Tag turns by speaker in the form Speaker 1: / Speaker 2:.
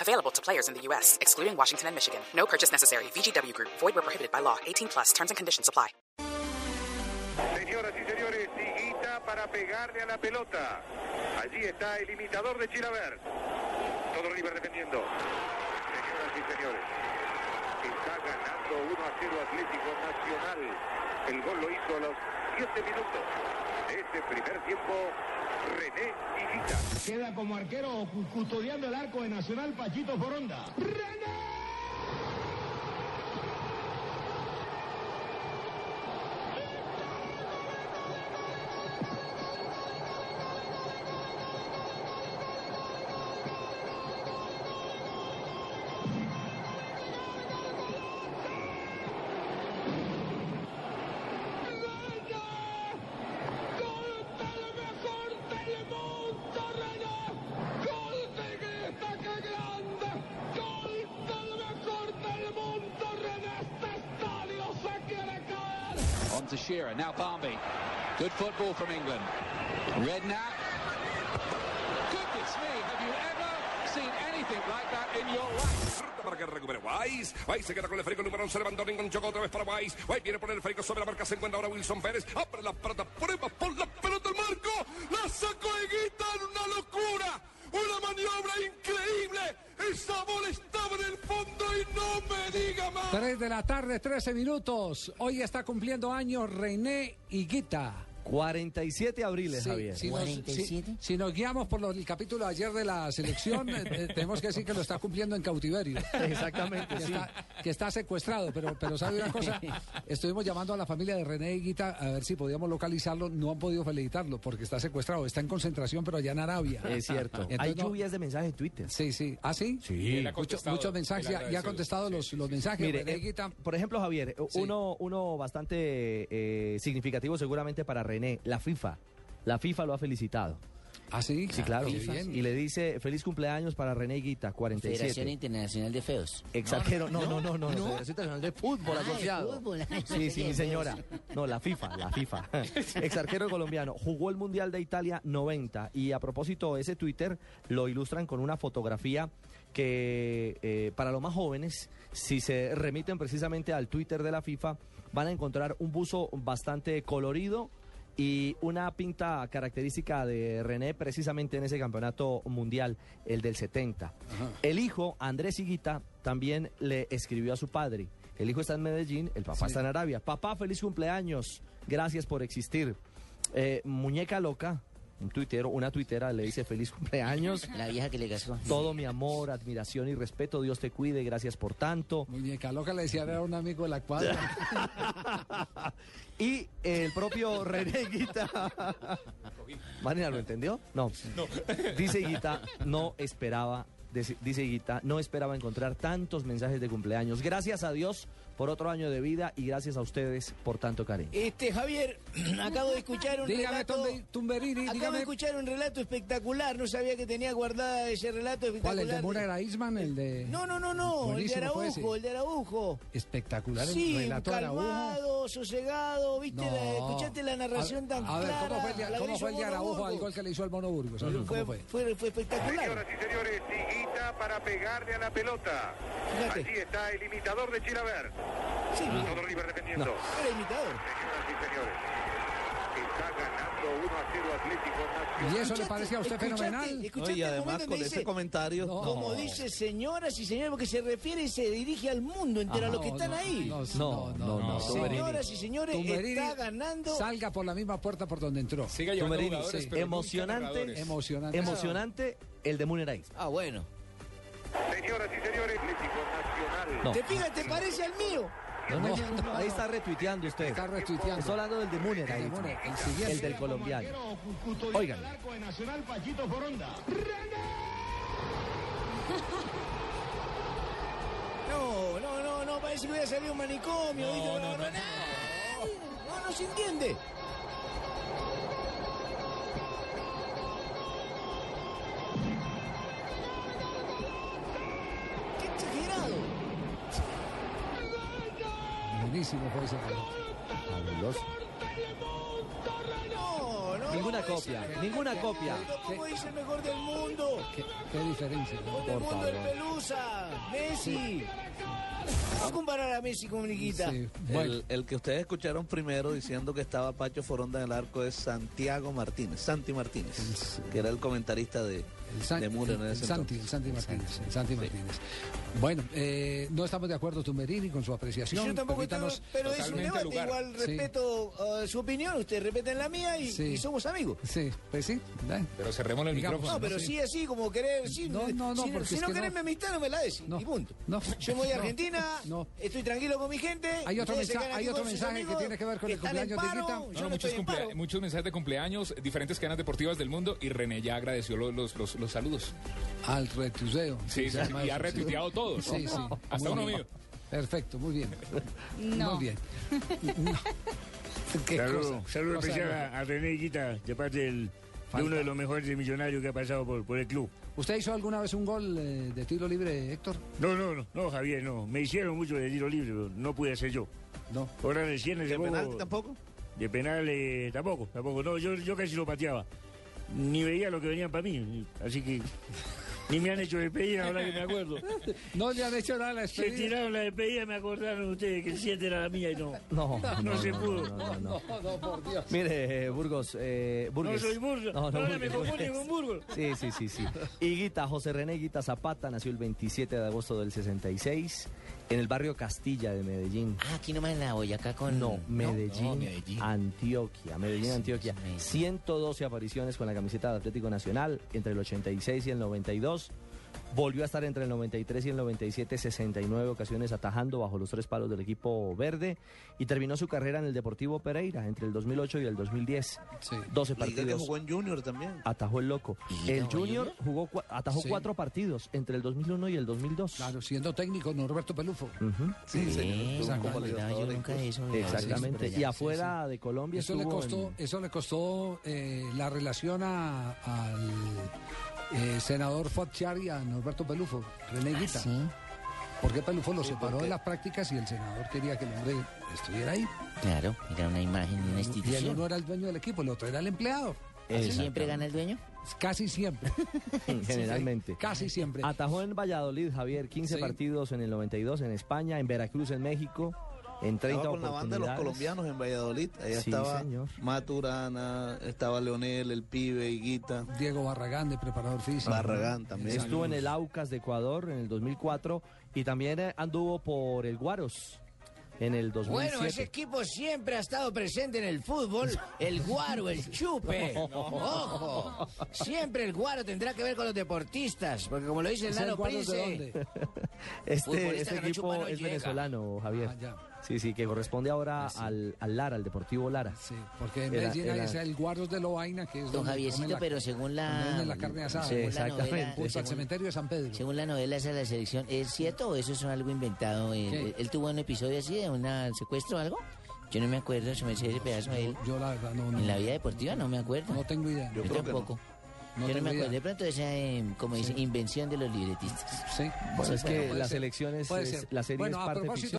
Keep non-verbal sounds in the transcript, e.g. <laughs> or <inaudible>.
Speaker 1: Available to players in the U.S., excluding Washington and Michigan. No purchase necessary. VGW Group, void were prohibited by law. 18 plus terms and conditions apply.
Speaker 2: Señoras y señores, Higuita para pegarle a la pelota. Allí está el imitador de Chilaver. Todo River defendiendo. Señoras y señores, está ganando 1 a 0 Atlético Nacional. El gol lo hizo a los 7 minutos. De este primer tiempo, René Higuita.
Speaker 3: Queda como arquero cu- custodiando el arco de Nacional Pachito Foronda.
Speaker 4: On to Shearer. Now Barmby. Good football from England. Redknapp. Goodness me, have you ever seen anything like that in your life?
Speaker 5: Corta para que recupere Weiss. Weiss se queda con el férico número 11. Levantó Ringon. Chocó otra vez para Weiss. Weiss viene por el férico sobre la marca. Se encuentra ahora Wilson Pérez. Abre la pelota. Prueba por la pelota el marco. La sacó Higuita en una locura. Una maniobra increíble. Esa bola estaba en el fondo y no me diga más.
Speaker 6: 3 de la tarde, 13 minutos. Hoy está cumpliendo años René Higuita.
Speaker 7: 47 abriles,
Speaker 6: Sí,
Speaker 7: Javier.
Speaker 6: si, nos, si- si nos guiamos por los- el capítulo de ayer de la selección, eh, eh, tenemos que decir que lo está cumpliendo en cautiverio.
Speaker 7: Exactamente,
Speaker 6: Que,
Speaker 7: sí.
Speaker 6: está, que está secuestrado, pero, pero ¿sabe una cosa?
Speaker 7: <laughs>
Speaker 6: Estuvimos llamando a la familia de René Higuita a ver si podíamos localizarlo. No han podido felicitarlo porque está secuestrado. Está en concentración, pero allá en Arabia.
Speaker 7: Es cierto.
Speaker 6: Entonces,
Speaker 7: Hay
Speaker 6: no-
Speaker 7: lluvias de mensajes en Twitter.
Speaker 6: Sí, sí. ¿Ah, sí?
Speaker 7: Sí. Él ha
Speaker 6: Mucho- muchos mensajes. Ya, ya ha contestado los, los mensajes.
Speaker 7: Mire,
Speaker 6: René
Speaker 7: eh,
Speaker 6: Higuita,
Speaker 7: por ejemplo, Javier, eh,
Speaker 6: Sí.
Speaker 7: uno, uno bastante eh, significativo seguramente para René, la FIFA. La FIFA lo ha felicitado.
Speaker 6: ¿Ah, sí?
Speaker 7: Sí, claro.
Speaker 6: Qué bien.
Speaker 7: Y le dice, feliz cumpleaños para René Guita,
Speaker 8: Federación
Speaker 7: 47.
Speaker 8: Internacional de Feos.
Speaker 7: Exagero, no, no, no, no, no, Federación Internacional de Fútbol
Speaker 8: Ah, de
Speaker 7: asociado.
Speaker 8: fútbol. <laughs>
Speaker 7: Sí, sí, mi señora. No, la FIFA, la FIFA. Exarquero colombiano. Jugó el Mundial de Italia 90. Y a propósito, ese Twitter lo ilustran con una fotografía que eh, para los más jóvenes, si se remiten precisamente al Twitter de la FIFA, van a encontrar un buzo bastante colorido y una pinta característica de René precisamente en ese campeonato mundial, el del 70. El hijo, Andrés Higuita, también le escribió a su padre. El hijo está en Medellín, el papá está en Arabia. Papá, feliz cumpleaños. Gracias por existir. Eh, muñeca loca, un tuitero, una tuitera le dice feliz cumpleaños.
Speaker 8: La vieja que le casó.
Speaker 7: Todo mi amor, admiración y respeto. Dios te cuide. Gracias por tanto.
Speaker 6: Muñeca loca le decía era un amigo de la
Speaker 7: <laughs>
Speaker 6: cuadra.
Speaker 7: Y el propio René Guita. Marina, ¿lo entendió? No. Dice Guita, no esperaba, deci- dice Guita, no esperaba encontrar tantos mensajes de cumpleaños. Gracias a Dios por otro año de vida y gracias a ustedes por tanto cariño.
Speaker 9: Este Javier, <clears throat> acabo de escuchar un
Speaker 6: dígame,
Speaker 9: relato.
Speaker 6: Tombe- Tumberini,
Speaker 9: acabo de
Speaker 6: dígame.
Speaker 9: escuchar un relato espectacular. No sabía que tenía guardada ese relato espectacular.
Speaker 6: ¿Cuál? ¿El de Mora era Isman? ¿El de.?
Speaker 9: No, no, no, no. El de
Speaker 6: Buenísimo fue ese.
Speaker 9: Araujo, el de Araujo.
Speaker 6: Espectacular el
Speaker 9: Sí,
Speaker 6: relato de Araujo.
Speaker 9: calmado, sosegado, viste, la-
Speaker 6: No.
Speaker 9: escuchaste la narración
Speaker 6: a,
Speaker 9: tan
Speaker 6: A ver,
Speaker 9: clara.
Speaker 6: ¿cómo fue el de,
Speaker 9: la que
Speaker 6: cómo
Speaker 9: hizo
Speaker 6: fue el de
Speaker 9: Mono
Speaker 6: Araujo al
Speaker 9: Burgos?
Speaker 6: gol que le hizo al Mono Burgos? ¿Cómo
Speaker 9: Fue,
Speaker 6: fue?
Speaker 9: fue- fue
Speaker 2: Señoras
Speaker 9: espectacular.
Speaker 2: y señores, Higuita para pegarle a la pelota.
Speaker 9: Fíjate.
Speaker 2: Allí está el imitador de Chilaver.
Speaker 9: Sí,
Speaker 2: Todo River defendiendo.
Speaker 9: era imitador.
Speaker 2: Señoras y señores, está ganando 1 a 0 Atlético Nacional.
Speaker 6: ¿Y eso le parece a usted
Speaker 9: Escuchaste-
Speaker 6: fenomenal?
Speaker 9: Escuchaste el momento donde dice,
Speaker 7: comentario,
Speaker 6: No.
Speaker 9: Como dice señoras y señores, porque se refiere y se dirige al mundo entero, a los que están
Speaker 6: no,
Speaker 9: ahí.
Speaker 6: No,
Speaker 7: No,
Speaker 6: no, no.
Speaker 7: no, no.
Speaker 9: Señoras y señores,
Speaker 6: Tumberini,
Speaker 9: está ganando.
Speaker 6: Salga por la misma puerta por donde entró.
Speaker 7: Tumberini,
Speaker 6: jugadores,
Speaker 7: sí.
Speaker 6: pero
Speaker 7: emocionante,
Speaker 6: Emocionante.
Speaker 7: emocionante el de Muneray.
Speaker 9: Ah, bueno.
Speaker 2: Señoras y señores, Atlético Nacional.
Speaker 7: No.
Speaker 9: ¿Te fijas? ¿Te parece al mío?
Speaker 7: No, no, ahí está retuiteando usted.
Speaker 6: Está
Speaker 7: Está
Speaker 6: retuiteando.
Speaker 7: hablando del de Muneray,
Speaker 6: El siguiente.
Speaker 7: el del colombiano. Oigan.
Speaker 3: Oigan. El arco de Nacional Pachito Foronda.
Speaker 9: No, no, no, no, parece que voy a salir a un manicomio. No, no, no, no. se entiende. ¡Qué exagerado!
Speaker 6: Buenísimo fue ese penal.
Speaker 9: No, no.
Speaker 7: Ninguna
Speaker 9: ¿cómo dice-
Speaker 7: copia, ninguna copia.
Speaker 9: ¿Cómo dice el mejor del mundo?
Speaker 6: Qué, qué diferencia. ¿no?
Speaker 9: Del mundo el Pelusa, Messi. No comparar a Messi con Niquita.
Speaker 6: Sí, bueno,
Speaker 10: El, el que ustedes escucharon primero diciendo que estaba Pacho Foronda en el arco es Santiago Martínez, Santi Martínez, que era el comentarista de,
Speaker 6: el, San-
Speaker 10: de Muro en
Speaker 6: el- el
Speaker 10: ese
Speaker 6: Santi, el
Speaker 10: entonces.
Speaker 6: Santi Martínez. el Santi Martínez. Bueno, eh, no estamos de acuerdo, Tumberini, con su apreciación.
Speaker 9: Yo tampoco estoy-
Speaker 6: Permítanos-
Speaker 9: pero es un
Speaker 6: Totalmente
Speaker 9: debate.
Speaker 6: lugar.
Speaker 9: Igual
Speaker 6: Sí.
Speaker 9: respeto uh, su opinión, usted respeten la mía y,
Speaker 6: Sí.
Speaker 9: y somos amigos.
Speaker 6: Sí, pues sí. Pero cerremos el
Speaker 9: No, pero sí así, como querer, sí.
Speaker 6: No, no, no,
Speaker 9: si,
Speaker 6: porque
Speaker 9: si
Speaker 6: es
Speaker 9: no
Speaker 6: que
Speaker 9: querés
Speaker 6: no.
Speaker 9: mi amistad, no me la des.
Speaker 6: No,
Speaker 9: y punto.
Speaker 6: no,
Speaker 9: Yo voy a
Speaker 6: no,
Speaker 9: Argentina,
Speaker 6: no.
Speaker 9: estoy tranquilo con mi gente.
Speaker 6: Hay otro
Speaker 9: ustedes se
Speaker 6: mensaje-
Speaker 9: quedan
Speaker 6: hay
Speaker 9: aquí
Speaker 6: otro
Speaker 9: con sus
Speaker 6: mensaje que
Speaker 9: amigos
Speaker 6: tiene que ver con el
Speaker 9: están en
Speaker 6: cumpleaños de
Speaker 9: paro,
Speaker 6: Guita.
Speaker 9: yo no
Speaker 11: muchos,
Speaker 9: estoy en
Speaker 11: cumplea-
Speaker 9: paro.
Speaker 11: muchos mensajes de cumpleaños, diferentes cadenas deportivas del mundo y René ya agradeció los, los, los, los saludos.
Speaker 6: Al retuseo.
Speaker 11: Sí, sí, sí, y ha retuiteado todos.
Speaker 6: Sí, sí.
Speaker 11: Hasta
Speaker 6: Muy
Speaker 11: uno
Speaker 6: bien.
Speaker 11: mío.
Speaker 6: Perfecto, muy bien. Muy bien. No. <laughs> Qué
Speaker 12: Saludos
Speaker 6: cosa, cosa
Speaker 12: especial
Speaker 6: de-
Speaker 12: a, a René Guita, de parte del- de
Speaker 6: Falta.
Speaker 12: uno de los mejores millonarios que ha pasado por, por el club.
Speaker 6: ¿Usted hizo alguna vez un gol eh, de tiro libre, Héctor?
Speaker 12: No, no, no, no, Javier, no. Me hicieron mucho de tiro libre, pero no pude hacer yo.
Speaker 6: No.
Speaker 12: Ahora recién
Speaker 10: ¿De
Speaker 12: hace poco-
Speaker 10: penal tampoco?
Speaker 12: De penal eh, tampoco, tampoco. No, yo, yo casi lo pateaba. Ni veía lo que venían para mí. Así que ni me han hecho despedida ahora que me
Speaker 7: <laughs>
Speaker 12: acuerdo.
Speaker 6: <laughs> No le han hecho nada a la
Speaker 12: Se
Speaker 6: despedida.
Speaker 12: tiraron la despedida, me acordaron ustedes que el 7 era la mía y no.
Speaker 7: No, no, no,
Speaker 12: se
Speaker 7: no,
Speaker 12: pudo.
Speaker 7: no, no, no.
Speaker 6: No, no, por Dios.
Speaker 7: Mire, eh, Burgos, eh,
Speaker 12: No
Speaker 7: Burgues.
Speaker 12: soy burro.
Speaker 7: No, no,
Speaker 12: Ahora me
Speaker 7: Burgues,
Speaker 12: confunden con
Speaker 7: Burgues.
Speaker 12: burro.
Speaker 7: Sí, sí, sí, sí. Higuita, José René Higuita Zapata, nació el 27 de agosto del 66 en el barrio Castilla de Medellín.
Speaker 8: Ah, aquí nomás en la Boyacá con...
Speaker 7: No, Medellín,
Speaker 8: no, Medellín.
Speaker 12: Ah,
Speaker 7: Antioquia. Medellín,
Speaker 8: sí,
Speaker 7: Antioquia.
Speaker 8: Medellín.
Speaker 7: 112 apariciones con la camiseta de Atlético Nacional entre el 86 y el 92. Volvió a estar entre el 93 y el 97, 69 ocasiones atajando bajo los tres palos del equipo verde y terminó su carrera en el Deportivo Pereira entre el 2008 y el 2010.
Speaker 6: Sí.
Speaker 7: 12
Speaker 10: La liga que
Speaker 7: partidos.
Speaker 10: jugó en Junior también.
Speaker 7: Atajó el loco.
Speaker 8: ¿Y
Speaker 7: El
Speaker 8: no,
Speaker 7: Junior
Speaker 8: Junior?
Speaker 7: jugó, cua- atajó
Speaker 6: Sí.
Speaker 7: cuatro partidos entre el 2001 y el 2002.
Speaker 6: Claro, Ah, siendo técnico, Norberto Pelufo.
Speaker 7: Ujú.
Speaker 10: Sí,
Speaker 8: Eh,
Speaker 10: señor.
Speaker 6: Exacto.
Speaker 10: Como
Speaker 8: no,
Speaker 10: Libertadores.
Speaker 8: yo nunca
Speaker 12: pues.
Speaker 8: eso. me parece
Speaker 7: Exactamente.
Speaker 8: por allá.
Speaker 7: Y afuera de Colombia
Speaker 6: Eso le
Speaker 7: estuvo
Speaker 6: costó, eh,
Speaker 7: en-
Speaker 6: eso le costó eh, la relación a- al eh, senador Fotiar y a Norberto Pelufo, René
Speaker 8: Ah,
Speaker 6: Guita.
Speaker 8: sí,
Speaker 6: Porque Pelufo lo
Speaker 10: Sí,
Speaker 6: separó
Speaker 10: porque-
Speaker 6: de las prácticas y el senador quería que el hombre estuviera ahí.
Speaker 8: claro. Era una imagen de una
Speaker 6: Y el
Speaker 8: institución.
Speaker 6: uno era el dueño del equipo, el otro era el empleado.
Speaker 8: ¿Así
Speaker 7: Exactamente. <laughs>
Speaker 8: siempre gana el dueño?
Speaker 6: Casi siempre.
Speaker 7: generalmente.
Speaker 6: Casi siempre.
Speaker 7: Atajó en Valladolid, Javier, 15
Speaker 6: Sí.
Speaker 7: partidos en el 92 en España, en Veracruz, en México, en 30
Speaker 10: Estaba con la banda de los
Speaker 7: oportunidades.
Speaker 10: colombianos en Valladolid. Allá
Speaker 7: Sí,
Speaker 10: estaba
Speaker 7: señor.
Speaker 10: Maturana, estaba Leonel, el pibe, Higuita,
Speaker 6: Diego Barragán, de preparador físico.
Speaker 10: Barragán también.
Speaker 7: Estuvo en el Aucas de Ecuador en el 2004 y también eh, anduvo por el Guaros en el 2007.
Speaker 9: Bueno, ese equipo siempre ha estado presente en el fútbol. El guaro, el
Speaker 6: <laughs>
Speaker 9: chupe. Ojo. Siempre el guaro tendrá que ver con los deportistas. Porque como lo dice el
Speaker 6: ¿Ese
Speaker 9: Nano
Speaker 6: Eduardo es de
Speaker 9: Prince.
Speaker 6: dónde?
Speaker 7: Este,
Speaker 9: Futbolista
Speaker 7: este
Speaker 9: que no
Speaker 7: equipo
Speaker 9: chupa no
Speaker 7: es
Speaker 9: llega.
Speaker 7: venezolano, Javier.
Speaker 6: Ah, ya.
Speaker 7: Sí, sí, que corresponde ahora
Speaker 6: Ah, sí.
Speaker 7: al, al Lara, al Deportivo Lara.
Speaker 6: Sí, porque en
Speaker 7: Era-
Speaker 6: Medellín hay
Speaker 7: era-
Speaker 6: ese- el Guardos de Lovaina, que es
Speaker 8: Don
Speaker 6: donde comen
Speaker 8: Javiercito,
Speaker 6: la-
Speaker 8: pero según
Speaker 6: donde
Speaker 8: la...
Speaker 6: venden la carne asada.
Speaker 7: Sí,
Speaker 8: según la novela-
Speaker 7: exactamente.
Speaker 6: Junto al
Speaker 8: según-
Speaker 6: cementerio de San Pedro.
Speaker 8: Según la novela esa de la selección, ¿es cierto o eso es algo inventado? Él,
Speaker 6: ¿Qué?
Speaker 8: él- él tuvo un episodio así de una- un secuestro o algo. Yo no me acuerdo, se me dice ese pedazo de él.
Speaker 6: Yo, yo la verdad no, no,
Speaker 8: En la vida deportiva no me acuerdo.
Speaker 6: no tengo idea.
Speaker 8: Yo,
Speaker 10: creo que no.
Speaker 8: tampoco.
Speaker 6: No
Speaker 8: yo no
Speaker 6: tengo
Speaker 8: me
Speaker 6: idea.
Speaker 8: acuerdo. De pronto esa, eh, como dice, invención de los libretistas.
Speaker 6: Sí.
Speaker 7: Bueno, es que
Speaker 6: puede
Speaker 7: las
Speaker 6: ser.
Speaker 7: elecciones,
Speaker 6: Puede
Speaker 7: es-
Speaker 6: ser.
Speaker 7: la serie
Speaker 6: Bueno,
Speaker 7: es
Speaker 6: a
Speaker 7: parte
Speaker 6: propósito-
Speaker 7: ficción.